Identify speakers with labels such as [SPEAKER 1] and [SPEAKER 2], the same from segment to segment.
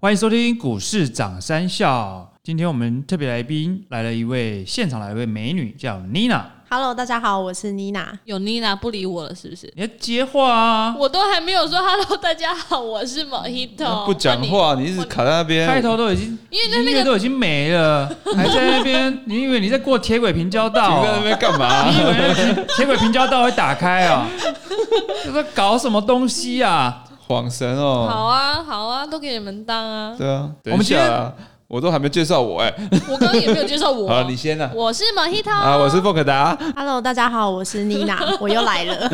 [SPEAKER 1] 欢迎收听股市涨三笑。今天我们特别来宾来了一位现场来了一位美女，叫 Nina。
[SPEAKER 2] Hello，大家好，我是妮娜。
[SPEAKER 3] 有妮娜不理我了，是不是？
[SPEAKER 1] 你要接话啊！
[SPEAKER 3] 我都还没有说 “hello，大家好，我是 Mojito”，
[SPEAKER 4] 嗯不讲话，你一直卡在那边。
[SPEAKER 1] 开头都已经，
[SPEAKER 3] 因为那那个
[SPEAKER 1] 音乐都已经没了，还在那边。你以为你在过铁轨平交道
[SPEAKER 4] 停在那
[SPEAKER 1] 哦、
[SPEAKER 4] 边干 嘛
[SPEAKER 1] 你？以为那个铁轨平交道会打开啊、这在搞什么东西啊？
[SPEAKER 4] 晃神
[SPEAKER 3] 换你。好
[SPEAKER 4] 哦。
[SPEAKER 3] 啊，好啊，都给你们当啊。
[SPEAKER 4] 对啊，
[SPEAKER 1] 我
[SPEAKER 4] 等
[SPEAKER 1] 们
[SPEAKER 4] 一
[SPEAKER 1] 今
[SPEAKER 4] 下
[SPEAKER 1] 天
[SPEAKER 4] 啊，我都还没介绍我哎。
[SPEAKER 3] 我刚刚也没有介绍我
[SPEAKER 4] 好，
[SPEAKER 3] 啊，
[SPEAKER 4] 你先啊。
[SPEAKER 3] 我是 Mojito
[SPEAKER 4] 啊，我是。凤可达。
[SPEAKER 2] Hello，大家好，我是妮娜，我又来了。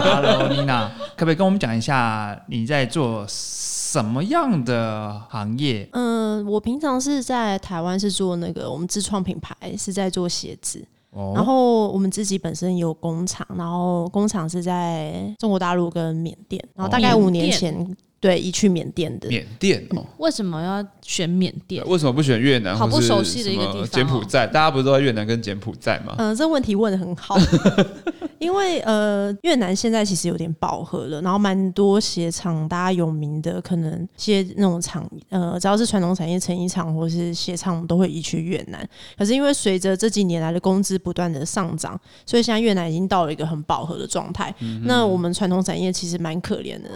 [SPEAKER 1] Hello，Nina，可不可以跟我们讲一下你在做什么样的行业？
[SPEAKER 2] 嗯，我平常是在台湾是做那个我们自创品牌是在做鞋子，然
[SPEAKER 1] 哦，
[SPEAKER 2] 后我们自己本身有工厂，然后工厂是在中国大陆跟缅甸，然后大概
[SPEAKER 3] 哦
[SPEAKER 2] 五年
[SPEAKER 3] 缅
[SPEAKER 2] 前、对移去缅甸的。
[SPEAKER 4] 缅甸哦，
[SPEAKER 3] 为什么要选缅甸？
[SPEAKER 4] 为什么不选越南？
[SPEAKER 3] 好不
[SPEAKER 4] 或是
[SPEAKER 3] 熟悉的一个地方哦
[SPEAKER 4] 什么柬埔寨，大家不是都在越南跟柬埔寨吗？
[SPEAKER 2] 嗯、这问题问的很好，因为呃，越南现在其实有点饱和了，然后蛮多鞋厂，大家有名的可能一些那种厂，呃，只要是传统产业，成衣厂或是鞋厂都会移去越南。可是因为随着这几年来的工资不断的上涨，所以现在越南已经到了一个很饱和的状态。那我们传统产业其实蛮可怜的，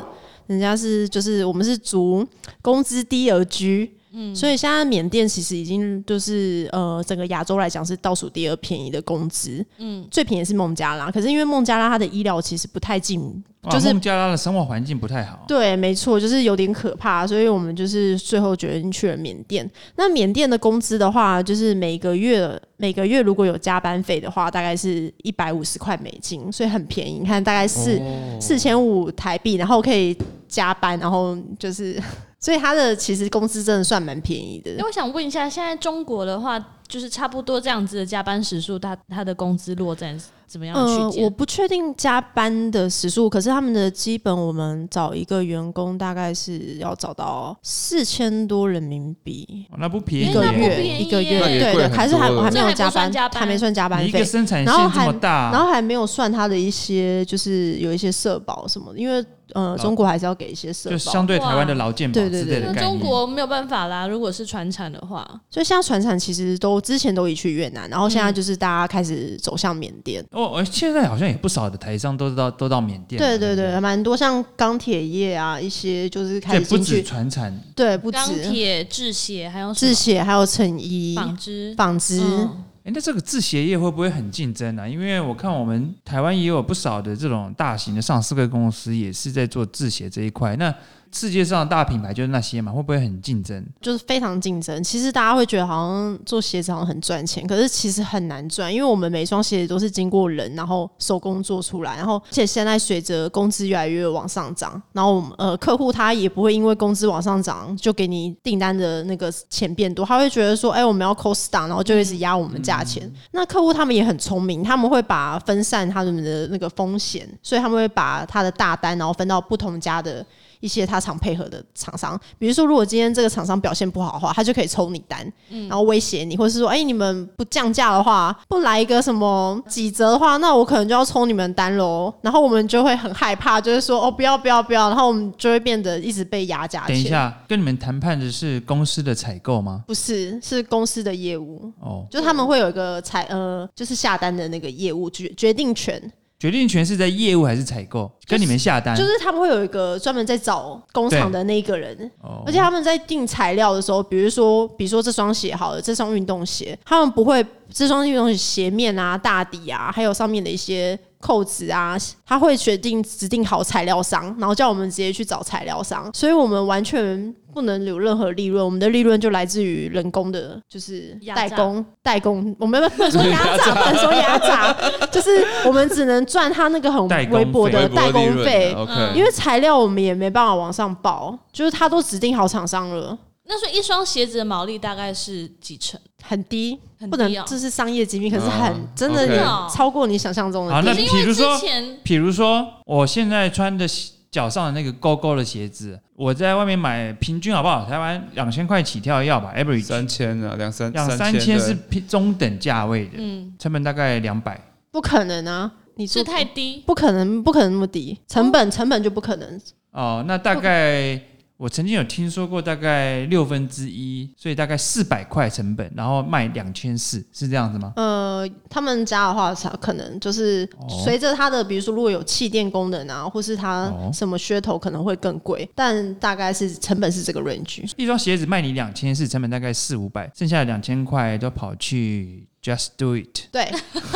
[SPEAKER 2] 人家是就是我们是逐工资低而居。所以现在缅甸其实已经就是呃，整个亚洲来讲是倒数第二便宜的工资，嗯，最便宜是孟加拉。可是因为孟加拉它的医疗其实不太进，
[SPEAKER 1] 哇
[SPEAKER 2] 就是
[SPEAKER 1] 孟加拉的生活环境不太好。
[SPEAKER 2] 对，没错，就是有点可怕，所以我们就是最后决定去了缅甸。那缅甸的工资的话，就是每个月每个月如果有加班费的话，大概是一百五十块美金，所以很便宜。你看，大概四四千五台币，然后可以加班，然后就是， 所以它的其实工资真的算蛮便宜的
[SPEAKER 3] 因为。我想问一下，现在中国的话，就是差不多这样子的加班时数，他他的工资落在怎么样的
[SPEAKER 2] 呃
[SPEAKER 3] 区，
[SPEAKER 2] 我
[SPEAKER 3] 间？
[SPEAKER 2] 不确定加班的时数，可是他们的基本，我们找一个员工大概是要找到四千多人民币
[SPEAKER 1] 哦那不便宜
[SPEAKER 2] 一
[SPEAKER 1] 耶，
[SPEAKER 2] 个
[SPEAKER 3] 那不
[SPEAKER 2] 月，
[SPEAKER 3] 便宜
[SPEAKER 2] 一个月，
[SPEAKER 3] 耶
[SPEAKER 2] 对
[SPEAKER 4] 那也贵
[SPEAKER 2] 对，
[SPEAKER 4] 很多
[SPEAKER 2] 还是还
[SPEAKER 4] 了
[SPEAKER 2] 还没
[SPEAKER 3] 这还
[SPEAKER 2] 有
[SPEAKER 3] 不
[SPEAKER 2] 加
[SPEAKER 3] 算
[SPEAKER 2] 班
[SPEAKER 3] 加，班
[SPEAKER 2] 还没算加班
[SPEAKER 1] 你一
[SPEAKER 2] 费
[SPEAKER 1] 个。生产
[SPEAKER 2] 然后
[SPEAKER 1] 线这
[SPEAKER 2] 还
[SPEAKER 1] 么大，
[SPEAKER 2] 然后还没有算他的一些，就是有一些社保什么的，因为呃，中国还是要给一些社
[SPEAKER 1] 啊就相
[SPEAKER 2] 保，
[SPEAKER 1] 对台湾的劳健保
[SPEAKER 2] 对
[SPEAKER 1] 之
[SPEAKER 2] 对
[SPEAKER 1] 类
[SPEAKER 2] 对
[SPEAKER 1] 的
[SPEAKER 3] 那
[SPEAKER 1] 概
[SPEAKER 3] 中
[SPEAKER 1] 念。
[SPEAKER 3] 国没有办法啦，如果是传产的话，
[SPEAKER 2] 所以现在船厂其实都之前都已去越南，然后现
[SPEAKER 3] 嗯
[SPEAKER 2] 在就是大家开始走向缅甸。
[SPEAKER 1] 哦，呃现在好像也不少的台商都到都到缅甸了。
[SPEAKER 2] 对对
[SPEAKER 1] 不
[SPEAKER 2] 对，，蛮多像钢铁业啊，一些就是开
[SPEAKER 1] 这
[SPEAKER 2] 始
[SPEAKER 1] 不
[SPEAKER 2] 进
[SPEAKER 1] 止
[SPEAKER 2] 去，
[SPEAKER 1] 船产，
[SPEAKER 2] 对，不
[SPEAKER 3] 钢
[SPEAKER 2] 止
[SPEAKER 3] 铁、制鞋还有什么
[SPEAKER 2] 制鞋，还有成衣、
[SPEAKER 3] 纺织、
[SPEAKER 2] 纺织，
[SPEAKER 3] 嗯
[SPEAKER 1] 哎，那这个制鞋业会不会很竞争啊？因为我看我们台湾也有不少的这种大型的上市贵公司也是在做制鞋这一块。那世界上的大品牌就是那些嘛，会不会很竞争？
[SPEAKER 2] 就是非常竞争。其实大家会觉得好像做鞋子好像很赚钱，可是其实很难赚，因为我们每一双鞋子都是经过人，然后手工做出来，然后而且现在随着工资越来越往上涨，然后我们呃客户他也不会因为工资往上涨就给你订单的那个钱变多，他会觉得说，哎、我们要 cost down，然后就一
[SPEAKER 3] 嗯
[SPEAKER 2] 直压我们价钱。那客户他们也很聪明，他们会把分散他们的那个风险，所以他们会把他的大单然后分到不同家的一些他常配合的厂商，比如说，如果今天这个厂商表现不好的话，他就可以抽你单，然后威胁你，或是说，哎、你们不降价的话，不来一个什么几折的话，那我可能就要抽你们单喽。然后我们就会很害怕，就是说，哦，不要不要不要，然后我们就会变得一直被压价
[SPEAKER 1] 等一
[SPEAKER 2] 钱。
[SPEAKER 1] 下，跟你们谈判的是公司的采购吗？
[SPEAKER 2] 不是，是公司的业务，
[SPEAKER 1] 哦，
[SPEAKER 2] 就是他们会有一个采呃，就是下单的那个业务决决定权，
[SPEAKER 1] 决定权是在业务还是采购？跟你们下单？
[SPEAKER 2] 就是他们会有一个专门在找工厂的那一个人，
[SPEAKER 1] 哦
[SPEAKER 2] 而且他们在定材料的时候，比如说，比如说这双鞋好了，这双运动鞋，他们不会这双运动鞋鞋面啊、大底啊，还有上面的一些扣子啊，他会决定指定好材料商，然后叫我们直接去找材料商，所以我们完全不能有任何利润，我们的利润就来自于人工的，就是
[SPEAKER 3] 压
[SPEAKER 2] 代
[SPEAKER 3] 榨
[SPEAKER 2] 工代工，我们不能说压 榨，不能说压榨，就是我们只能赚他那个很
[SPEAKER 1] 代工
[SPEAKER 2] 微薄
[SPEAKER 1] 费
[SPEAKER 3] 呃
[SPEAKER 2] 的啊代工费，
[SPEAKER 4] 啊，OK，
[SPEAKER 2] 因为材料我们也没办法往上报，就是他都指定好厂商了，
[SPEAKER 3] 那所以一双鞋子的毛利大概是几成？
[SPEAKER 2] 很低，
[SPEAKER 3] 很
[SPEAKER 2] 不能
[SPEAKER 3] 低哦
[SPEAKER 2] 这是商业机密，可是很、
[SPEAKER 4] 嗯
[SPEAKER 2] 真的
[SPEAKER 4] OK
[SPEAKER 2] 有超过你想象中
[SPEAKER 1] 啊好
[SPEAKER 2] 的
[SPEAKER 1] 那
[SPEAKER 2] 低。
[SPEAKER 3] 是因
[SPEAKER 1] 比
[SPEAKER 3] 为
[SPEAKER 1] 如
[SPEAKER 3] 之
[SPEAKER 1] 说
[SPEAKER 3] 前
[SPEAKER 1] 比如说，我现在穿的鞋脚上的那个勾勾的鞋子，我在外面买平均好不好？台湾两千块起跳要吧，average
[SPEAKER 4] 三千啊，两三
[SPEAKER 1] 两
[SPEAKER 4] 三
[SPEAKER 1] 三千
[SPEAKER 4] 对
[SPEAKER 1] 是平中等价位的，
[SPEAKER 3] 嗯
[SPEAKER 1] 成本大概两百。
[SPEAKER 2] 不可能啊！你
[SPEAKER 3] 是
[SPEAKER 2] 做
[SPEAKER 3] 太哦低，
[SPEAKER 2] 不可能，不可能那么低，成本成本就不可能。
[SPEAKER 1] 哦，那大概我我曾经有听说过大概六分之一，所以大概四百块成本，然后卖两千四，是这样子吗？
[SPEAKER 2] 呃，他们家的话，它可能就是
[SPEAKER 1] 哦
[SPEAKER 2] 随着它的，比如说如果有气垫功能啊，或是它
[SPEAKER 1] 哦
[SPEAKER 2] 什么噱头可能会更贵，但大概是成本是这个 range。
[SPEAKER 1] 一双鞋子卖你两千四，成本大概四五百，剩下的两千块都跑去 Just Do It。
[SPEAKER 2] 对，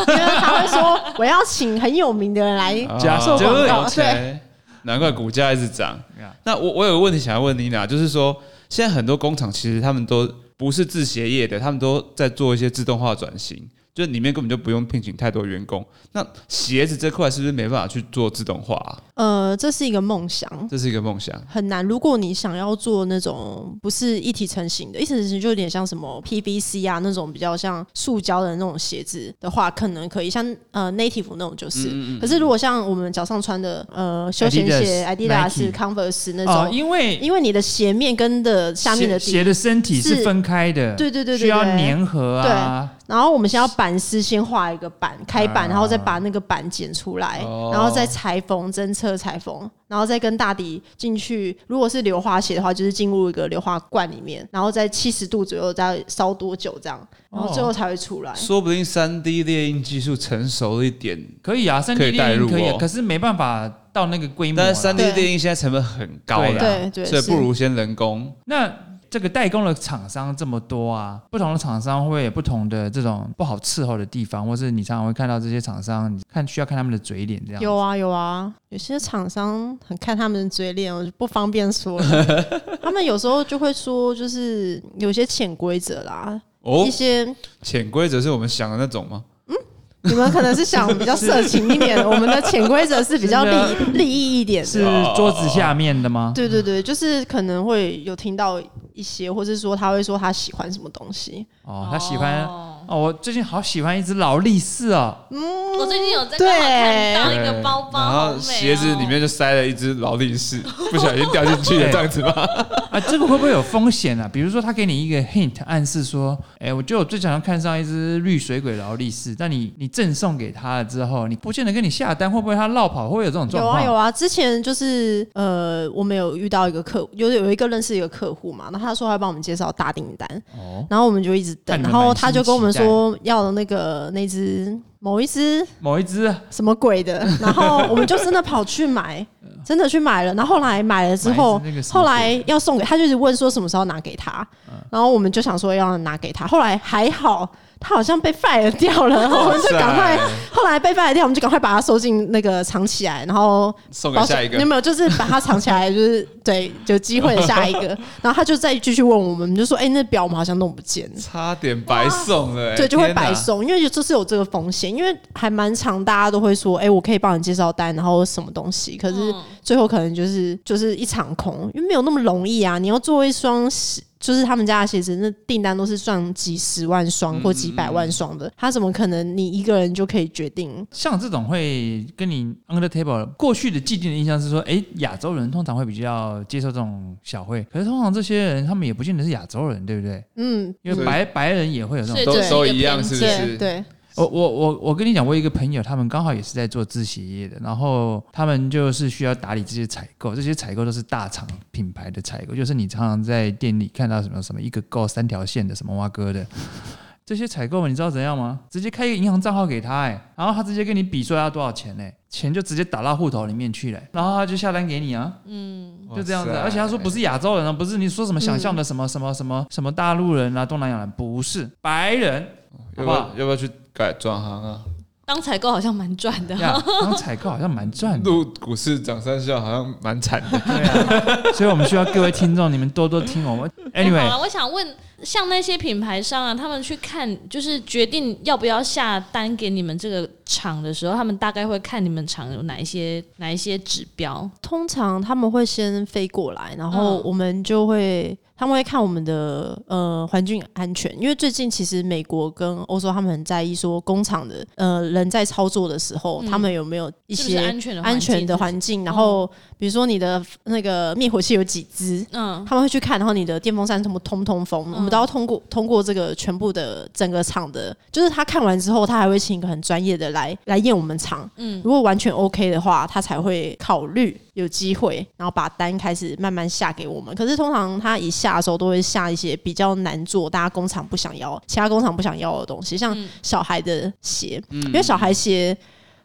[SPEAKER 2] 因为他会说我要请很有名的人来
[SPEAKER 1] 啊假设
[SPEAKER 2] 做广告，啊对，
[SPEAKER 4] 对，难怪股价一直涨
[SPEAKER 1] Yeah。
[SPEAKER 4] 那我我有个问题想要问妮娜，就是说现在很多工厂其实他们都不是制鞋业的，他们都在做一些自动化转型，就里面根本就不用聘请太多员工。那鞋子这块是不是没办法去做自动化、啊？
[SPEAKER 2] 呃，这是一个梦想。
[SPEAKER 4] 这是一个梦想。
[SPEAKER 2] 很难。如果你想要做那种不是一体成型的，一体成型就有点像什么 PVC 啊那种比较像塑胶的那种鞋子的话，可能可以像呃 Native 那种
[SPEAKER 1] 嗯
[SPEAKER 2] 就是。可是如果像我们脚上穿的呃休闲鞋
[SPEAKER 1] Adidas
[SPEAKER 2] Adidas、Converse 那
[SPEAKER 1] 哦，
[SPEAKER 2] 种，
[SPEAKER 1] 因为
[SPEAKER 2] 因为你的鞋面跟的下面的
[SPEAKER 1] 鞋鞋
[SPEAKER 2] 底，
[SPEAKER 1] 的身体是
[SPEAKER 2] 是
[SPEAKER 1] 分开的，
[SPEAKER 2] 对对对对
[SPEAKER 1] 需要
[SPEAKER 2] 对
[SPEAKER 1] 粘合啊。
[SPEAKER 2] 然后我们先要板师先画一个板开板，
[SPEAKER 1] 啊
[SPEAKER 2] 然后再把那个板剪出来，
[SPEAKER 4] 哦
[SPEAKER 2] 然后再裁缝侦测裁缝，然后再跟大底进去。如果是硫化鞋的话，就是进入一个硫化罐里面，然后在七十度左右再烧多久这样，
[SPEAKER 4] 哦
[SPEAKER 2] 然后最后才会出来。
[SPEAKER 4] 说不定三 D 列印技术成熟了一点，
[SPEAKER 2] 嗯
[SPEAKER 1] 可以啊，三 D
[SPEAKER 4] 可以代
[SPEAKER 1] 列印
[SPEAKER 4] 入
[SPEAKER 1] 可以啊、
[SPEAKER 4] 哦
[SPEAKER 1] 可是没办法到那个规模啊啦。
[SPEAKER 4] 但是三 D
[SPEAKER 2] 对
[SPEAKER 4] 列印现在成本很高
[SPEAKER 1] 对
[SPEAKER 2] 对
[SPEAKER 4] 的，
[SPEAKER 2] 对，
[SPEAKER 4] 所以
[SPEAKER 2] 是
[SPEAKER 4] 不如先人工。
[SPEAKER 1] 那这个代工的厂商这么多啊，不同的厂商会有不同的这种不好伺候的地方，或是你常常会看到这些厂商，你看需要看他们的嘴脸这样。
[SPEAKER 2] 有啊有啊，有些厂商很看他们的嘴脸，我就不方便说了。 他们有时候就会说，就是有些潜规则啦，
[SPEAKER 4] 哦
[SPEAKER 2] 一，些
[SPEAKER 4] 潜规则是我们想的那种吗？
[SPEAKER 2] 你们可能是想比较色情一点的，我们的潜规则是 比较利利益一点
[SPEAKER 1] 是
[SPEAKER 2] 的。
[SPEAKER 1] 桌
[SPEAKER 4] 哦
[SPEAKER 1] 子下面的吗？
[SPEAKER 2] 对对对，就是可能会有听到一些，或是说他会说他喜欢什么东西，
[SPEAKER 1] 哦，他喜欢哦
[SPEAKER 3] 哦
[SPEAKER 1] 我最近好喜欢一只劳力士哦，
[SPEAKER 3] 我最近有在
[SPEAKER 2] 对
[SPEAKER 3] 刚好看到一个包包，
[SPEAKER 4] 然
[SPEAKER 3] 好美
[SPEAKER 4] 后
[SPEAKER 3] 哦
[SPEAKER 4] 鞋子里面就塞了一只劳力 士，不小心掉进去的
[SPEAKER 1] 对
[SPEAKER 4] 这样子吗？
[SPEAKER 1] 啊，这个会不会有风险啊？比如说他给你一个 hint 暗示说，哎，我觉得我最想要看上一只绿水鬼劳力士，但你你赠送给他了之后，你不见得跟你下单，会不会他落跑？会不会有这种状
[SPEAKER 2] 有啊
[SPEAKER 1] 况？
[SPEAKER 2] 有
[SPEAKER 1] 啊
[SPEAKER 2] 啊。之前就是呃，我们有遇到一个客户，有有一个认识一个客户嘛，那他说他帮我们介绍大订单，
[SPEAKER 1] 哦，
[SPEAKER 2] 然后我们就一直等
[SPEAKER 1] 看，你们
[SPEAKER 2] 然后
[SPEAKER 1] 满
[SPEAKER 2] 他
[SPEAKER 1] 心
[SPEAKER 2] 就跟我们
[SPEAKER 1] 期待
[SPEAKER 2] 说要的那个那只某一只
[SPEAKER 1] 某一只
[SPEAKER 2] 什么鬼的， 然后我们就真的跑去买，真的去买了。然后后来买了之后
[SPEAKER 1] 买一只那个，什么
[SPEAKER 2] 后来要送给他，就是问说什么时候拿给他，
[SPEAKER 4] 嗯
[SPEAKER 2] 然后我们就想说要拿给他。后来还好，他好像被 fire 掉 了，我们就赶快
[SPEAKER 4] 哇塞，
[SPEAKER 2] 后来被 fire 掉，我们就赶快把它收进那个藏起来，然后
[SPEAKER 4] 送给
[SPEAKER 2] 保
[SPEAKER 4] 下
[SPEAKER 2] 险
[SPEAKER 4] 一
[SPEAKER 2] 没有
[SPEAKER 4] 个。
[SPEAKER 2] 没有，就是把它藏起来，就是对，有机会的下一 个。然后他就再继续问我们，我们就说，哎，那表我们好像弄不见了。
[SPEAKER 4] 差点白送了、欸，
[SPEAKER 2] 对，就会
[SPEAKER 4] 天哪
[SPEAKER 2] 白。送，因为就是有这个风险，因为还蛮常大家都会说，哎、我可以帮你介绍单，然后什么东西，可是
[SPEAKER 3] 嗯
[SPEAKER 2] 最后可能就是就是一场空，因为没有那么容易啊。你要做一双鞋，就是他们家的鞋子，那订单都是算几十万双或几百
[SPEAKER 4] 嗯
[SPEAKER 2] 万双的，他怎么可能你一个人就可以决定？
[SPEAKER 1] 像这种会跟你 under table，过去的既定的印象是说，诶，亚洲人通常会比较接受这种小惠，可是通常这些人他们也不见得是亚洲人，对不对？
[SPEAKER 2] 嗯，
[SPEAKER 1] 因
[SPEAKER 4] 所
[SPEAKER 1] 为
[SPEAKER 4] 以
[SPEAKER 1] 白白人也会有这种
[SPEAKER 3] 所以。
[SPEAKER 4] 都
[SPEAKER 3] 这是
[SPEAKER 4] 都
[SPEAKER 3] 个
[SPEAKER 4] 一样
[SPEAKER 3] 偏
[SPEAKER 4] 是不
[SPEAKER 3] 见
[SPEAKER 2] 对
[SPEAKER 4] 是
[SPEAKER 2] 对，
[SPEAKER 1] 我我我我跟你讲，我有一个朋友，他们刚好也是在做制鞋业的，然后他们就是需要打理这些采购，这些采购都是大厂品牌的采购，就是你常常在店里看到什么什么一个购三条线的什么蛙哥的。这些采购你知道怎样吗？直接开一个银行账号给他、哎，然后他直接跟你比说要多少钱、哎，钱就直接打到户头里面去了、然后他就下单给你啊，
[SPEAKER 3] 嗯，
[SPEAKER 1] 就这样子啊、
[SPEAKER 4] 哇塞
[SPEAKER 1] 而且他说不是亚洲人啊，不是你说什么想象的什么什么什么什么大陆人啊、东南亚人，不是白人，好
[SPEAKER 4] 要不
[SPEAKER 1] 不
[SPEAKER 4] 要
[SPEAKER 1] 好？
[SPEAKER 4] 要不要去改转行啊？
[SPEAKER 3] 当采购好像蛮赚 的，
[SPEAKER 1] 呀，当采购好像蛮赚的，
[SPEAKER 4] 入股市涨三笑好像蛮惨的。
[SPEAKER 1] 对啊， 所以我们需要各位听众，你们多多听我们。
[SPEAKER 3] 哎好
[SPEAKER 1] Anyway，
[SPEAKER 3] 了，我想问，像那些品牌商啊，他们去看，就是决定要不要下单给你们这个厂的时候，他们大概会看你们厂有哪一些哪一些指标？
[SPEAKER 2] 通常他们会先飞过来，然后
[SPEAKER 3] 嗯
[SPEAKER 2] 我们就会、他们会看我们的呃环境安全，因为最近其实美国跟欧洲他们很在意说工厂的呃人在操作的时候，
[SPEAKER 3] 嗯
[SPEAKER 2] 他们有没有一
[SPEAKER 3] 是不是
[SPEAKER 2] 些
[SPEAKER 3] 安全的环
[SPEAKER 2] 安全的
[SPEAKER 3] 境
[SPEAKER 2] 环境，然后比如说你的那个灭火器有几支。
[SPEAKER 3] 嗯
[SPEAKER 2] 他们会去看，然后你的电风扇什么通不通风，
[SPEAKER 3] 嗯
[SPEAKER 2] 我们们都要通过通过这个全部的整个厂的，就是他看完之后，他还会请一个很专业的来来验我们厂。
[SPEAKER 3] 嗯，
[SPEAKER 2] 如果完全 OK 的话，他才会考虑有机会，然后把单开始慢慢下给我们。可是通常他一下的时候，都会下一些比较难做，大家工厂不想要，其他工厂不想要的东西，像
[SPEAKER 3] 嗯
[SPEAKER 2] 小孩的鞋，
[SPEAKER 4] 嗯
[SPEAKER 2] 因为小孩鞋。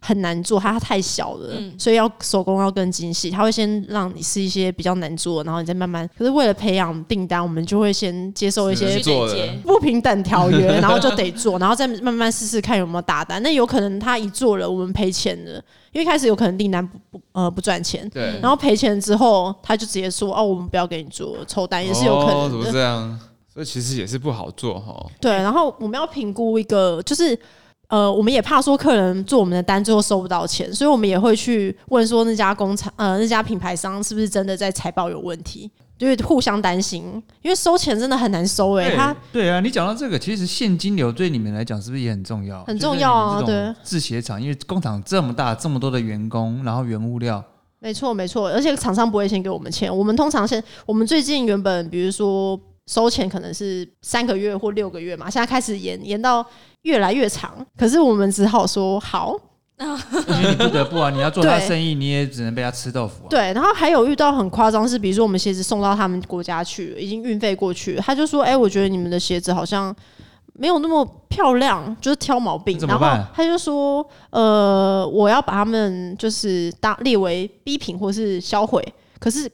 [SPEAKER 2] 很难做，它太小了，
[SPEAKER 3] 嗯
[SPEAKER 2] 所以要手工要更精细。他会先让你试一些比较难做，然后你再慢慢。可是为了培养订单，我们就会先接受一
[SPEAKER 4] 只
[SPEAKER 2] 些
[SPEAKER 4] 能做了
[SPEAKER 3] 去对接
[SPEAKER 2] 不平等条 约，然后就得做，然后再慢慢试试看有没有打单。那有可能他一做了，我们赔钱了，因为一开始有可能订单不不呃不赚钱，
[SPEAKER 4] 对，
[SPEAKER 2] 然后赔钱之后他就直接说哦，我们不要给你做了抽单，也是有可
[SPEAKER 4] 哦、怎
[SPEAKER 2] 能
[SPEAKER 4] 么
[SPEAKER 2] 的。
[SPEAKER 4] 这样？所以其实也是不好做哈。
[SPEAKER 2] 对，然后我们要评估一个就是。呃，我们也怕说客人做我们的单最后收不到钱，所以我们也会去问说那家工厂呃那家品牌商是不是真的在财报有问题，就是互相担心，因为收钱真的很难收诶、他
[SPEAKER 1] 对啊，你讲到这个，其实现金流对你们来讲是不是也很重要？
[SPEAKER 2] 很重要啊
[SPEAKER 1] 就是你们这种制鞋厂，因为工厂这么大，这么多的员工，然后原物料，
[SPEAKER 2] 没错，没错，而且厂商不会先给我们钱，我们通常先，我们最近原本比如说收钱可能是三个月或六个月嘛，现在开始延延到越来越长，可是我们只好说好，
[SPEAKER 1] 因为你不得不啊，你要做他的
[SPEAKER 2] 对
[SPEAKER 1] 生意，你也只能被他吃豆腐啊。
[SPEAKER 2] 对，然后还有遇到很夸张是，比如说我们鞋子送到他们国家去了，已经运费过去了，他就说：“哎、我觉得你们的鞋子好像没有那么漂亮，就是挑毛病。”
[SPEAKER 1] 怎么
[SPEAKER 2] 然后
[SPEAKER 1] 办
[SPEAKER 2] 他就说：“呃，我要把他们就是当列为 B 品或是销毁。”可是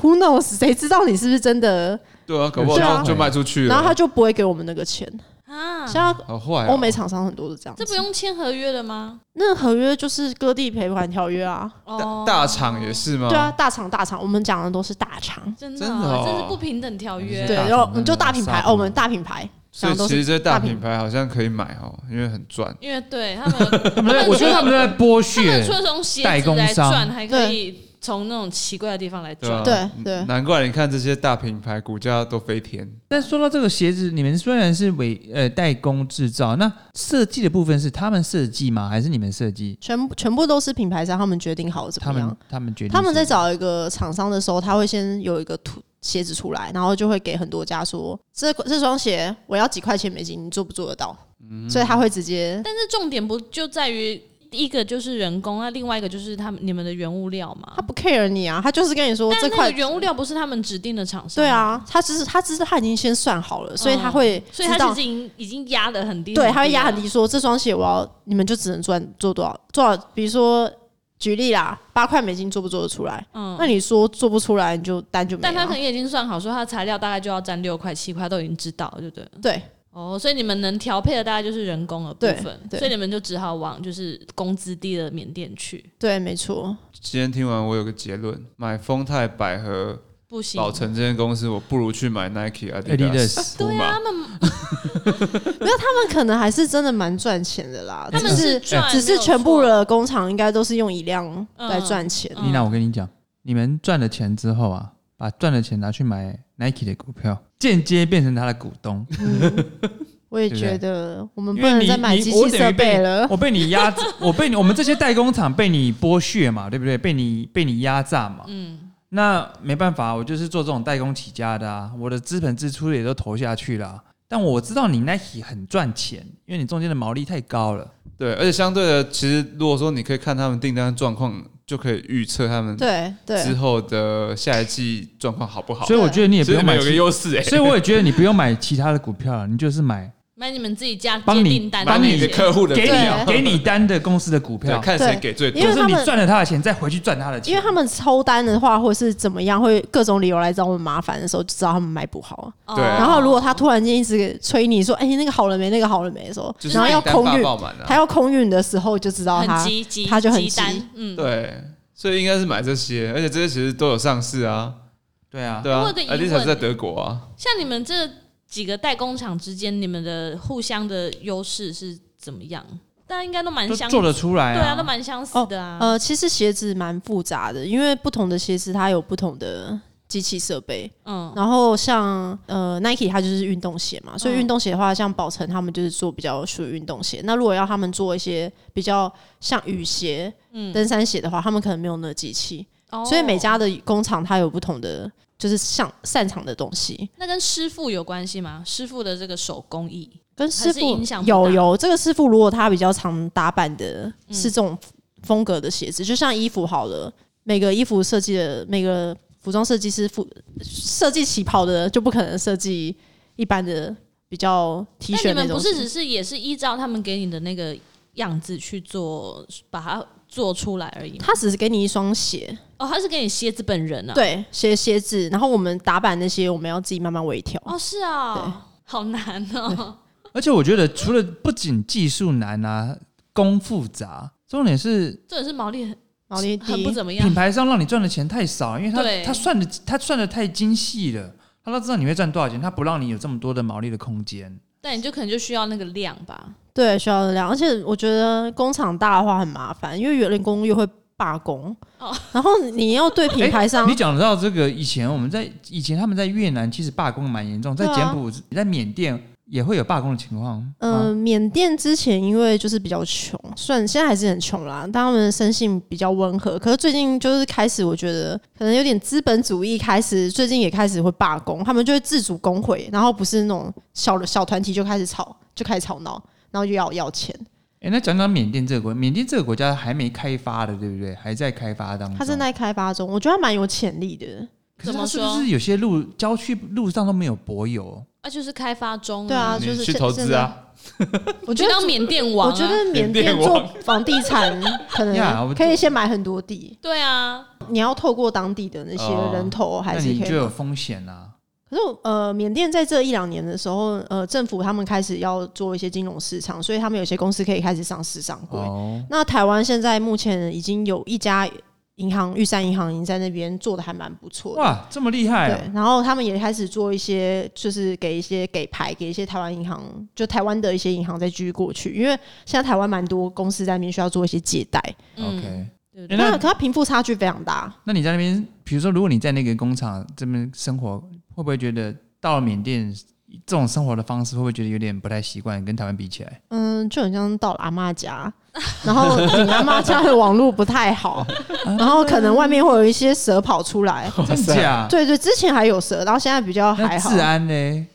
[SPEAKER 2] who knows，谁知道你是不是真的？
[SPEAKER 4] 对啊，搞不好就、
[SPEAKER 2] 对啊
[SPEAKER 4] 就卖出去了。
[SPEAKER 2] 然后他就不会给我们那个钱。
[SPEAKER 3] 啊，
[SPEAKER 2] 现在
[SPEAKER 4] 好
[SPEAKER 1] 哎
[SPEAKER 4] 坏、哦，
[SPEAKER 2] 欧美厂商很多是这样子，
[SPEAKER 3] 这不用签合约的吗？
[SPEAKER 2] 那合约就是割地赔款条约啊。
[SPEAKER 3] 哦，
[SPEAKER 4] 大厂也是吗？
[SPEAKER 2] 对
[SPEAKER 1] 嗯
[SPEAKER 2] 啊，，大厂大厂，我们讲的都是大厂。
[SPEAKER 3] 真的
[SPEAKER 4] 真
[SPEAKER 3] 哦、
[SPEAKER 4] 的哦
[SPEAKER 3] 这是不平等条约。
[SPEAKER 2] 对，
[SPEAKER 1] 大厂
[SPEAKER 2] 然后
[SPEAKER 1] 真的
[SPEAKER 2] 就大品牌
[SPEAKER 1] 杀
[SPEAKER 2] 哦，
[SPEAKER 1] 毒
[SPEAKER 2] 我们大品牌。
[SPEAKER 4] 所以
[SPEAKER 2] 讲的都
[SPEAKER 4] 其
[SPEAKER 2] 是
[SPEAKER 4] 实这些大
[SPEAKER 2] 大品
[SPEAKER 4] 品牌好像可以买哦，因为很赚。
[SPEAKER 3] 因为对他们有，
[SPEAKER 1] 他们在，我觉得他们在剥
[SPEAKER 3] 他们除
[SPEAKER 1] 削。
[SPEAKER 3] 了从鞋
[SPEAKER 1] 代
[SPEAKER 3] 子
[SPEAKER 1] 工
[SPEAKER 3] 来
[SPEAKER 1] 商
[SPEAKER 3] 赚，还可以从那种奇怪的地方来
[SPEAKER 4] 对
[SPEAKER 1] 呃
[SPEAKER 4] 啊
[SPEAKER 3] 赚。
[SPEAKER 1] 嗯
[SPEAKER 2] 对对
[SPEAKER 4] 难怪你看这些大品牌股价都飞天。
[SPEAKER 1] 但说到这个鞋子，你们虽然是委呃代工制造，那设计的部分是他们设计吗？还是你们设计？
[SPEAKER 2] 全全部都是品牌商他们决定好怎
[SPEAKER 1] 他
[SPEAKER 2] 么
[SPEAKER 1] 们
[SPEAKER 2] 样。
[SPEAKER 1] 他们决定
[SPEAKER 2] 他们在
[SPEAKER 1] 是吗
[SPEAKER 2] 找一个厂商的时候，他会先有一个图鞋子出来，然后就会给很多家说这这双鞋我要几块钱美金，你做不做得到？
[SPEAKER 1] 嗯
[SPEAKER 2] 所以他会直接
[SPEAKER 3] 但是重点不就在于第一个就是人工，那另外一个就是他们你们的原物料嘛
[SPEAKER 2] 他。不 care 你啊，他就是跟你说
[SPEAKER 3] 但
[SPEAKER 2] 这
[SPEAKER 3] 那个
[SPEAKER 2] 块
[SPEAKER 3] 原物料不是他们指定的厂商，
[SPEAKER 2] 对，啊，他只是他只是他已经先算好了，所以他会
[SPEAKER 3] 所
[SPEAKER 2] 知
[SPEAKER 3] 以他
[SPEAKER 2] 道
[SPEAKER 3] 其实已经已经压得很低，
[SPEAKER 2] 对，他会压
[SPEAKER 3] 了
[SPEAKER 2] 很低，说这双鞋我要，你们就只能赚做多少做少，比如说举例啦，八块美金做不做得出来？
[SPEAKER 3] 嗯
[SPEAKER 2] 那你说做不出来，你就单就没了。啊
[SPEAKER 3] 但他可能也已经算好，说他的材料大概就要占六块七块，都已经知道了，对不对？
[SPEAKER 2] 对
[SPEAKER 3] 哦，所以你们能调配的大概就是人工的部
[SPEAKER 2] 对
[SPEAKER 3] 分，
[SPEAKER 2] 对
[SPEAKER 3] 所以你们就只好往就是工资低的缅甸去，
[SPEAKER 2] 对，没错，
[SPEAKER 4] 今天听完我有个结论：买丰泰、百合、
[SPEAKER 3] 不行。
[SPEAKER 4] 宝成这间公司，我不如去买 Nike、
[SPEAKER 1] Adidas
[SPEAKER 4] Adidas、
[SPEAKER 3] 对啊，他
[SPEAKER 4] 马。
[SPEAKER 3] 们
[SPEAKER 2] 他们可能还是真的蛮赚钱的啦，
[SPEAKER 3] 他们
[SPEAKER 2] 只
[SPEAKER 3] 是
[SPEAKER 2] 是
[SPEAKER 3] 赚，
[SPEAKER 2] 只
[SPEAKER 3] 没
[SPEAKER 2] 是
[SPEAKER 3] 有
[SPEAKER 2] 全部
[SPEAKER 3] 错
[SPEAKER 2] 的工厂应该都是用以量来赚钱。
[SPEAKER 3] 嗯
[SPEAKER 1] 丽娜，我跟你讲，你们赚了钱之后啊，把赚的钱拿去买 Nike 的股票，间接变成他的股东。
[SPEAKER 2] 我也
[SPEAKER 1] 对不对
[SPEAKER 2] 觉得我们
[SPEAKER 1] 因
[SPEAKER 2] 不
[SPEAKER 1] 为
[SPEAKER 2] 能
[SPEAKER 1] 你
[SPEAKER 2] 再买
[SPEAKER 1] 你
[SPEAKER 2] 机
[SPEAKER 1] 我
[SPEAKER 2] 器
[SPEAKER 1] 等于
[SPEAKER 2] 设备
[SPEAKER 1] 被
[SPEAKER 2] 了。
[SPEAKER 1] 我被你压榨，我被你我们这些代工厂被你剥削嘛，对不对？被你被你压榨嘛。
[SPEAKER 3] 嗯，
[SPEAKER 1] 那没办法，我就是做这种代工起家的啊，我的资本支出也都投下去了啊、但我知道你 Nike 很赚钱，因为你中间的毛利太高了。
[SPEAKER 4] 对，而且相对的，其实如果说你可以看他们订单状况，就可以预测他们
[SPEAKER 2] 对
[SPEAKER 4] 之
[SPEAKER 2] 对，
[SPEAKER 4] 后的下一季状况好不好。
[SPEAKER 1] 所以我觉得你也不
[SPEAKER 4] 所以
[SPEAKER 1] 用
[SPEAKER 4] 你们
[SPEAKER 1] 买
[SPEAKER 4] 有个
[SPEAKER 1] 其，
[SPEAKER 4] 优势哎，
[SPEAKER 1] 所以我也觉得你不用买其他的股票了，你就是买
[SPEAKER 3] 买你们自己家
[SPEAKER 1] 帮
[SPEAKER 3] 接
[SPEAKER 1] 你
[SPEAKER 3] 订单的
[SPEAKER 4] 把
[SPEAKER 1] 帮
[SPEAKER 3] 那
[SPEAKER 4] 你
[SPEAKER 1] 你
[SPEAKER 4] 的
[SPEAKER 3] 些，
[SPEAKER 4] 客户的
[SPEAKER 1] 给
[SPEAKER 4] 票
[SPEAKER 1] 你
[SPEAKER 2] 对
[SPEAKER 1] 给你单的公司的股
[SPEAKER 4] 对
[SPEAKER 1] 票，
[SPEAKER 4] 看谁给最多
[SPEAKER 1] 就
[SPEAKER 2] 因为
[SPEAKER 1] 是
[SPEAKER 2] 他
[SPEAKER 1] 你
[SPEAKER 2] 们
[SPEAKER 1] 赚了他的钱，再回去赚他的钱。
[SPEAKER 2] 因为他们抽单的话，或是怎么样，会各种理由来找我们麻烦的时候，就知道他们卖不好啊。
[SPEAKER 3] 哦
[SPEAKER 4] 对
[SPEAKER 2] 然后如果他突然间一直催你说：“哎、那个好了没？那个好了没？”的时候，
[SPEAKER 4] 就是
[SPEAKER 2] 然后要
[SPEAKER 4] 订单
[SPEAKER 2] 空
[SPEAKER 4] 大
[SPEAKER 2] 运，
[SPEAKER 4] 爆满啊
[SPEAKER 2] 他要空运的时候就知道他
[SPEAKER 3] 很急急，
[SPEAKER 2] 他就很
[SPEAKER 3] 急
[SPEAKER 2] 急
[SPEAKER 3] 单，嗯，
[SPEAKER 4] 对，所以应该是买这些，而且这些其实都有上市啊，
[SPEAKER 1] 对啊，
[SPEAKER 4] 对啊
[SPEAKER 3] 我有个疑问
[SPEAKER 4] ，Adidas 在德国啊，
[SPEAKER 3] 像你们这几个代工厂之间，你们的互相的优势是怎么样？大家应该都蛮
[SPEAKER 1] 都
[SPEAKER 3] 相
[SPEAKER 1] 做得出来、
[SPEAKER 3] 对啊，都蛮相似的啊。
[SPEAKER 2] 呃，其实鞋子蛮复杂的，因为不同的鞋子它有不同的机器设备。
[SPEAKER 3] 嗯，
[SPEAKER 2] 然后像呃 Nike 它就是运动鞋嘛，所以
[SPEAKER 3] 嗯
[SPEAKER 2] 运动鞋的话，像宝成他们就是做比较属于运动鞋。那如果要他们做一些比较像雨鞋、
[SPEAKER 3] 嗯
[SPEAKER 2] 登山鞋的话，他们可能没有那个机器，
[SPEAKER 3] 哦
[SPEAKER 2] 所以每家的工厂它有不同的就是像擅长的东西。
[SPEAKER 3] 那跟师傅有关系吗？师傅的这个手工艺，
[SPEAKER 2] 跟师
[SPEAKER 3] 还是
[SPEAKER 2] 傅
[SPEAKER 3] 影响不大嗯
[SPEAKER 2] 有有这个师傅，如果他比较常打扮的是这种风格的鞋子，就像衣服好了，每个衣服设计的每个服装设计师服设计旗袍的，就不可能设计一般的比较 T
[SPEAKER 3] 但
[SPEAKER 2] 恤
[SPEAKER 3] 你
[SPEAKER 2] 那
[SPEAKER 3] 们
[SPEAKER 2] 种
[SPEAKER 3] 不。是只是也是依照他们给你的那个样子去做，把它做出来而已吗。
[SPEAKER 2] 他只是给你一双鞋，
[SPEAKER 3] 哦，他是给你蝎子本人啊。，
[SPEAKER 2] 对，鞋鞋子，然后我们打板那些，我们要自己慢慢微调。
[SPEAKER 3] 哦，是啊，好难哦。
[SPEAKER 1] 而且我觉得，除了不仅技术难啊，功复杂，重点是
[SPEAKER 3] 这也是毛利很
[SPEAKER 2] 毛利
[SPEAKER 3] 很不
[SPEAKER 2] 低，
[SPEAKER 3] 怎么样
[SPEAKER 1] 品。牌商让你赚的钱太少，因为他
[SPEAKER 3] 对
[SPEAKER 1] 他算的他算的太精细了，他都知道你会赚多少钱，他不让你有这么多的毛利的空间。
[SPEAKER 3] 但你就可能就需要那个量吧。
[SPEAKER 2] 对，需要热量。而且我觉得工厂大的话很麻烦，因为员工又会罢工，
[SPEAKER 3] 哦
[SPEAKER 2] 然后你要对品牌商
[SPEAKER 1] 哎你讲到这个，以前我们在以前他们在越南其实罢工蛮严重，在
[SPEAKER 2] 对啊
[SPEAKER 1] 柬埔寨、在缅甸也会有罢工的情况吗。
[SPEAKER 2] 嗯，缅甸之前因为就是比较穷，虽然现在还是很穷啦，但他们的生性比较温和。可是最近就是开始，我觉得可能有点资本主义开始，最近也开始会罢工，他们就会自主工会，然后不是那种小的小团体就开始吵，就开始吵闹，然后就要要钱。
[SPEAKER 1] 哎、那讲讲缅甸这个国，缅甸这个国家还没开发的，对不对？还在开发当中。
[SPEAKER 2] 他正在开发中，我觉得他蛮有潜力的。
[SPEAKER 1] 可是
[SPEAKER 3] 怎
[SPEAKER 1] 它
[SPEAKER 3] 么
[SPEAKER 1] 是不
[SPEAKER 3] 说
[SPEAKER 1] 是有些路郊区路上都没有柏油？
[SPEAKER 3] 啊，就是开发中、
[SPEAKER 2] 对啊，，就
[SPEAKER 4] 你
[SPEAKER 2] 是
[SPEAKER 4] 去
[SPEAKER 2] 现
[SPEAKER 4] 投资！啊，
[SPEAKER 2] 现在我觉
[SPEAKER 3] 就
[SPEAKER 2] 得
[SPEAKER 3] 当缅甸王、啊。
[SPEAKER 2] 我觉得缅
[SPEAKER 4] 缅
[SPEAKER 2] 甸
[SPEAKER 4] 甸
[SPEAKER 2] 做
[SPEAKER 4] 王
[SPEAKER 2] 房地产可
[SPEAKER 1] 呀我
[SPEAKER 2] 能可以先买很多地，
[SPEAKER 3] 对啊，
[SPEAKER 2] 你要透过当地的那
[SPEAKER 4] 哦
[SPEAKER 2] 些人头还
[SPEAKER 1] 那
[SPEAKER 2] 是
[SPEAKER 1] 你
[SPEAKER 2] 可以
[SPEAKER 1] 就有风险啊。
[SPEAKER 2] 可是我呃，缅甸在这一两年的时候，呃，政府他们开始要做一些金融市场，所以他们有些公司可以开始上市上柜。
[SPEAKER 1] 哦，
[SPEAKER 2] 那台湾现在目前已经有一家银行，玉山银行已经在那边做的还蛮不错的。
[SPEAKER 1] 哇，这么厉害、啊！
[SPEAKER 2] 对，然后他们也开始做一些，就是给一些给牌给一些台湾银行，就台湾的一些银行再继续过去，因为现在台湾蛮多公司在那边需要做一些借贷，
[SPEAKER 3] 嗯
[SPEAKER 1] OK，、
[SPEAKER 3] 对不
[SPEAKER 1] 诶
[SPEAKER 3] 对？
[SPEAKER 2] 那
[SPEAKER 1] 那
[SPEAKER 2] 可它贫富差距非常大，
[SPEAKER 1] 那你在那边，比如说，如果你在那个工厂这边生活，会不会觉得到了缅甸这种生活的方式，会不会觉得有点不太习惯？跟台湾比起来，
[SPEAKER 2] 嗯，就很像到了阿妈家，然后你阿妈家的网络不太好，然后可能外面会有一些蛇跑出来。
[SPEAKER 1] 真
[SPEAKER 4] 塞
[SPEAKER 1] 假？
[SPEAKER 2] 对对，之前还有蛇，然后现在比较还
[SPEAKER 1] 那
[SPEAKER 2] 好
[SPEAKER 1] 治，安呢？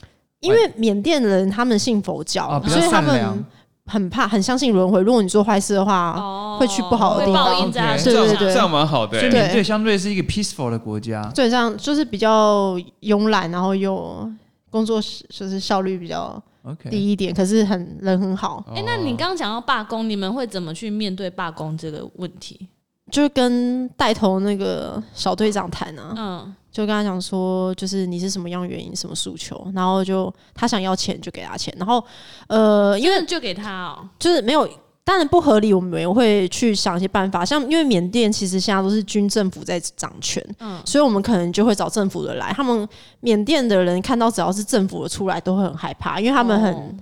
[SPEAKER 2] 因为缅甸人他们信佛教，
[SPEAKER 1] 哦，比较
[SPEAKER 2] 所以他
[SPEAKER 1] 善良
[SPEAKER 2] 们。很怕，很相信轮回。如果你做坏事的话，
[SPEAKER 3] 哦
[SPEAKER 2] 会去不好的地方
[SPEAKER 3] 会报应在他
[SPEAKER 2] 对
[SPEAKER 3] 身上
[SPEAKER 2] 对
[SPEAKER 4] 这
[SPEAKER 2] 对
[SPEAKER 4] 样蛮好的、
[SPEAKER 1] 所以
[SPEAKER 4] 欸。
[SPEAKER 1] 缅甸相对是一个 peaceful 的国家。
[SPEAKER 2] 对，这样就是比较慵懒，然后又工作就是效率比较
[SPEAKER 1] OK，
[SPEAKER 2] 低一点，可是很人很好，
[SPEAKER 3] 哎、
[SPEAKER 4] 哦
[SPEAKER 3] 那你刚刚讲到罢工，你们会怎么去面对罢工这个问题？
[SPEAKER 2] 就跟带头那个小队长谈啊，
[SPEAKER 3] 嗯，
[SPEAKER 2] 就跟他讲说，就是你是什么样原因，什么诉求，然后就他想要钱就给他钱，然后呃，因
[SPEAKER 3] 因
[SPEAKER 2] 为
[SPEAKER 3] 为就给他哦，
[SPEAKER 2] 就是没有。当然不合理，我们也会去想一些办法。像因为缅甸其实现在都是军政府在掌权，
[SPEAKER 3] 嗯，
[SPEAKER 2] 所以我们可能就会找政府的来。他们缅甸的人看到只要是政府的出来，都会很害怕，因为他们很、
[SPEAKER 3] 哦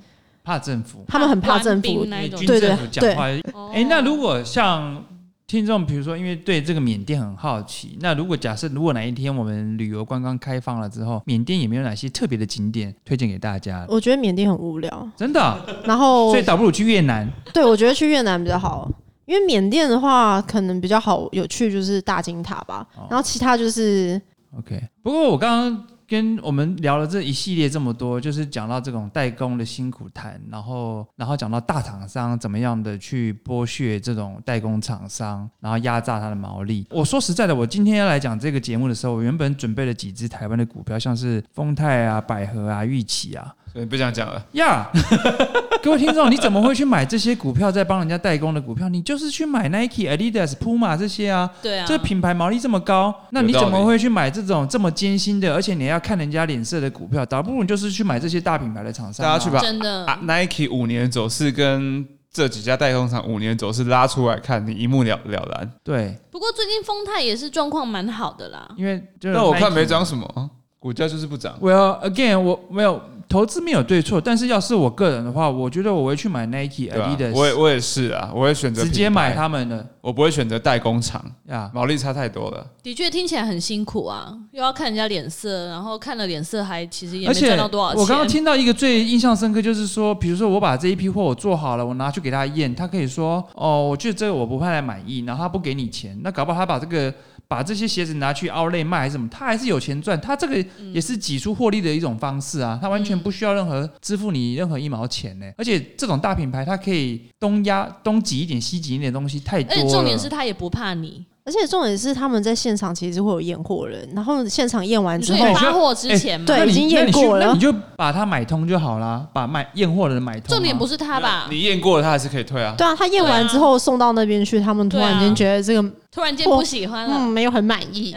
[SPEAKER 1] 怕政府。
[SPEAKER 2] 他们很怕政
[SPEAKER 3] 官
[SPEAKER 2] 府
[SPEAKER 3] 兵。那一种
[SPEAKER 1] 军
[SPEAKER 2] 对
[SPEAKER 1] 政府讲话
[SPEAKER 3] 哦
[SPEAKER 1] 哎、那如果像听众，比如说，因为对这个缅甸很好奇，那如果假设如果哪一天我们旅游观光开放了之后，缅甸有没有哪些特别的景点推荐给大
[SPEAKER 3] 啊
[SPEAKER 1] 家？
[SPEAKER 2] 我觉得缅甸很无 聊，
[SPEAKER 1] 真的啊、
[SPEAKER 2] 然后
[SPEAKER 1] 所以倒不如去越南。
[SPEAKER 2] 对我觉得去越南比较好，因为缅甸的话可能比较好有趣就是大金塔吧，
[SPEAKER 3] 哦
[SPEAKER 2] 然后其他就是
[SPEAKER 1] OK，不过我刚刚跟我们聊了这一系列这么多，就是讲到这种代工的辛苦谈，然后然后讲到大厂商怎么样的去剥削这种代工厂商，然后压榨它的毛利。我说实在的，我今天要来讲这个节目的时候，我原本准备了几只台湾的股票，像是丰泰啊、百合啊、玉琪啊。
[SPEAKER 4] 所以不想讲了，
[SPEAKER 1] 呀 各位听众，你怎么会去买这些股票，在帮人家代工的股票？你就是去买 Nike、Adidas、Puma 这些啊，
[SPEAKER 3] 对啊，
[SPEAKER 1] 这品牌毛利这么高，那你
[SPEAKER 4] 有道
[SPEAKER 1] 怎
[SPEAKER 4] 理
[SPEAKER 1] 么会去买这种这么艰辛的，而且你还要看人家脸色的股票？倒不如你就是去买这些大品牌的厂商、
[SPEAKER 4] 大家去。把
[SPEAKER 3] 真的、
[SPEAKER 4] 啊 Nike 五年走势跟这几家代工厂五年走势拉出来看，你一目了了然。
[SPEAKER 1] 对，
[SPEAKER 3] 不过最近丰泰也是状况蛮好的啦，
[SPEAKER 1] 因为就是
[SPEAKER 4] 但我
[SPEAKER 1] 嗯
[SPEAKER 4] 看
[SPEAKER 1] Nike
[SPEAKER 4] 没涨。什么，啊股价就是不涨。
[SPEAKER 1] Well, again，我没有投资没有对错，但是要是我个人的话，我觉得我会去买 Nike、
[SPEAKER 4] 对吧
[SPEAKER 1] Adidas，？
[SPEAKER 4] 我也我也是啊，我会选择
[SPEAKER 1] 直接
[SPEAKER 4] 品牌
[SPEAKER 1] 买，他们的
[SPEAKER 4] 我不会选择代工厂，
[SPEAKER 1] 呀。
[SPEAKER 4] 毛利差太多了。
[SPEAKER 3] 的确听起来很辛苦啊，又要看人家脸色，然后看了脸色还其实也
[SPEAKER 1] 而
[SPEAKER 3] 没
[SPEAKER 1] 且
[SPEAKER 3] 赚到多少钱。
[SPEAKER 1] 我刚刚听到一个最印象深刻，就是说，比如说我把这一批货我做好了，我拿去给
[SPEAKER 3] 嗯
[SPEAKER 1] 他验，他可以说哦，我觉得这个我不太满意，然后他不给你钱，那搞不好他把这个把这些鞋子拿去 Outlet 卖还是什么，他还是有钱赚，他这个也是挤出获利的一种方式啊，他完全不需要任何支付你任何一毛钱
[SPEAKER 3] 嗯
[SPEAKER 1] 呢、而且这种大品牌，它可以东压东挤一点，西挤一点东西太
[SPEAKER 3] 而
[SPEAKER 1] 多
[SPEAKER 3] 且
[SPEAKER 1] 了。
[SPEAKER 3] 重点是他也不怕你，
[SPEAKER 2] 而且重点是他们在现场其实会有验货人，然后现场验
[SPEAKER 1] 哎
[SPEAKER 2] 完
[SPEAKER 3] 你
[SPEAKER 2] 之
[SPEAKER 3] 说
[SPEAKER 2] 后
[SPEAKER 3] 你，发货之前嘛，
[SPEAKER 2] 对
[SPEAKER 1] 那你
[SPEAKER 2] 已经验
[SPEAKER 1] 那你去
[SPEAKER 2] 过了
[SPEAKER 1] 那你就把它买通就好啦，把买验货的人买通啊。
[SPEAKER 3] 重点不是他吧？
[SPEAKER 4] 你验过了，他还是可以退啊。
[SPEAKER 2] 对啊，他啊验完之后送到那边去，他们突然间觉得这个
[SPEAKER 3] 突然间不喜欢了，
[SPEAKER 1] 哦
[SPEAKER 2] 嗯没有很满意，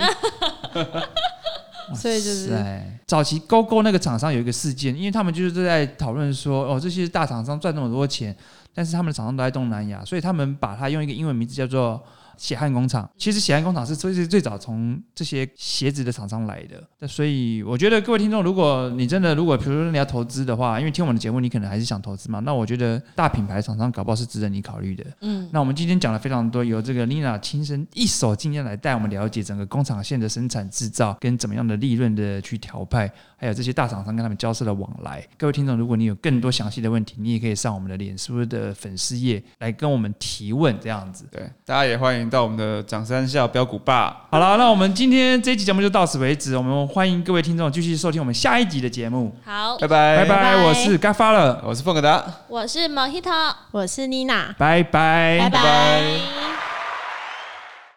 [SPEAKER 1] 哇
[SPEAKER 2] 所以就是
[SPEAKER 1] 塞早期勾勾那个厂商有一个事件，因为他们就是在讨论说，哦，这些大厂商赚那么多钱，但是他们的厂商都在东南亚，所以他们把它用一个英文名字叫做。血汗工厂，其实血汗工厂是最最最早从这些鞋子的厂商来的。那所以我觉得各位听众，如果你真的如果比如说你要投资的话，因为听我们的节目，你可能还是想投资嘛，那我觉得大品牌厂商搞不好是值得你考虑的。
[SPEAKER 3] 嗯，
[SPEAKER 1] 那我们今天讲了非常多，由这个 Lina 亲身一手经验来带我们了解整个工厂线的生产制造跟怎么样的利润的去调派，还有这些大厂商跟他们交涉的往来。各位听众，如果你有更多详细的问题，你也可以上我们的脸书的粉丝页来跟我们提问，这样子。
[SPEAKER 4] 对，大家也欢迎到我们的长三校标股吧。
[SPEAKER 1] 好了，那我们今天这一期节目就到此为止，我们欢迎各位听众继续收听我们下一集的节目。
[SPEAKER 3] 好，
[SPEAKER 4] 拜
[SPEAKER 1] 拜
[SPEAKER 4] 拜，
[SPEAKER 1] 拜，
[SPEAKER 2] 拜
[SPEAKER 1] 我是 g a f a 了，
[SPEAKER 4] 我是凤格达。
[SPEAKER 3] 我是 Mojito，
[SPEAKER 2] 我是妮娜，
[SPEAKER 1] 拜拜
[SPEAKER 3] 拜。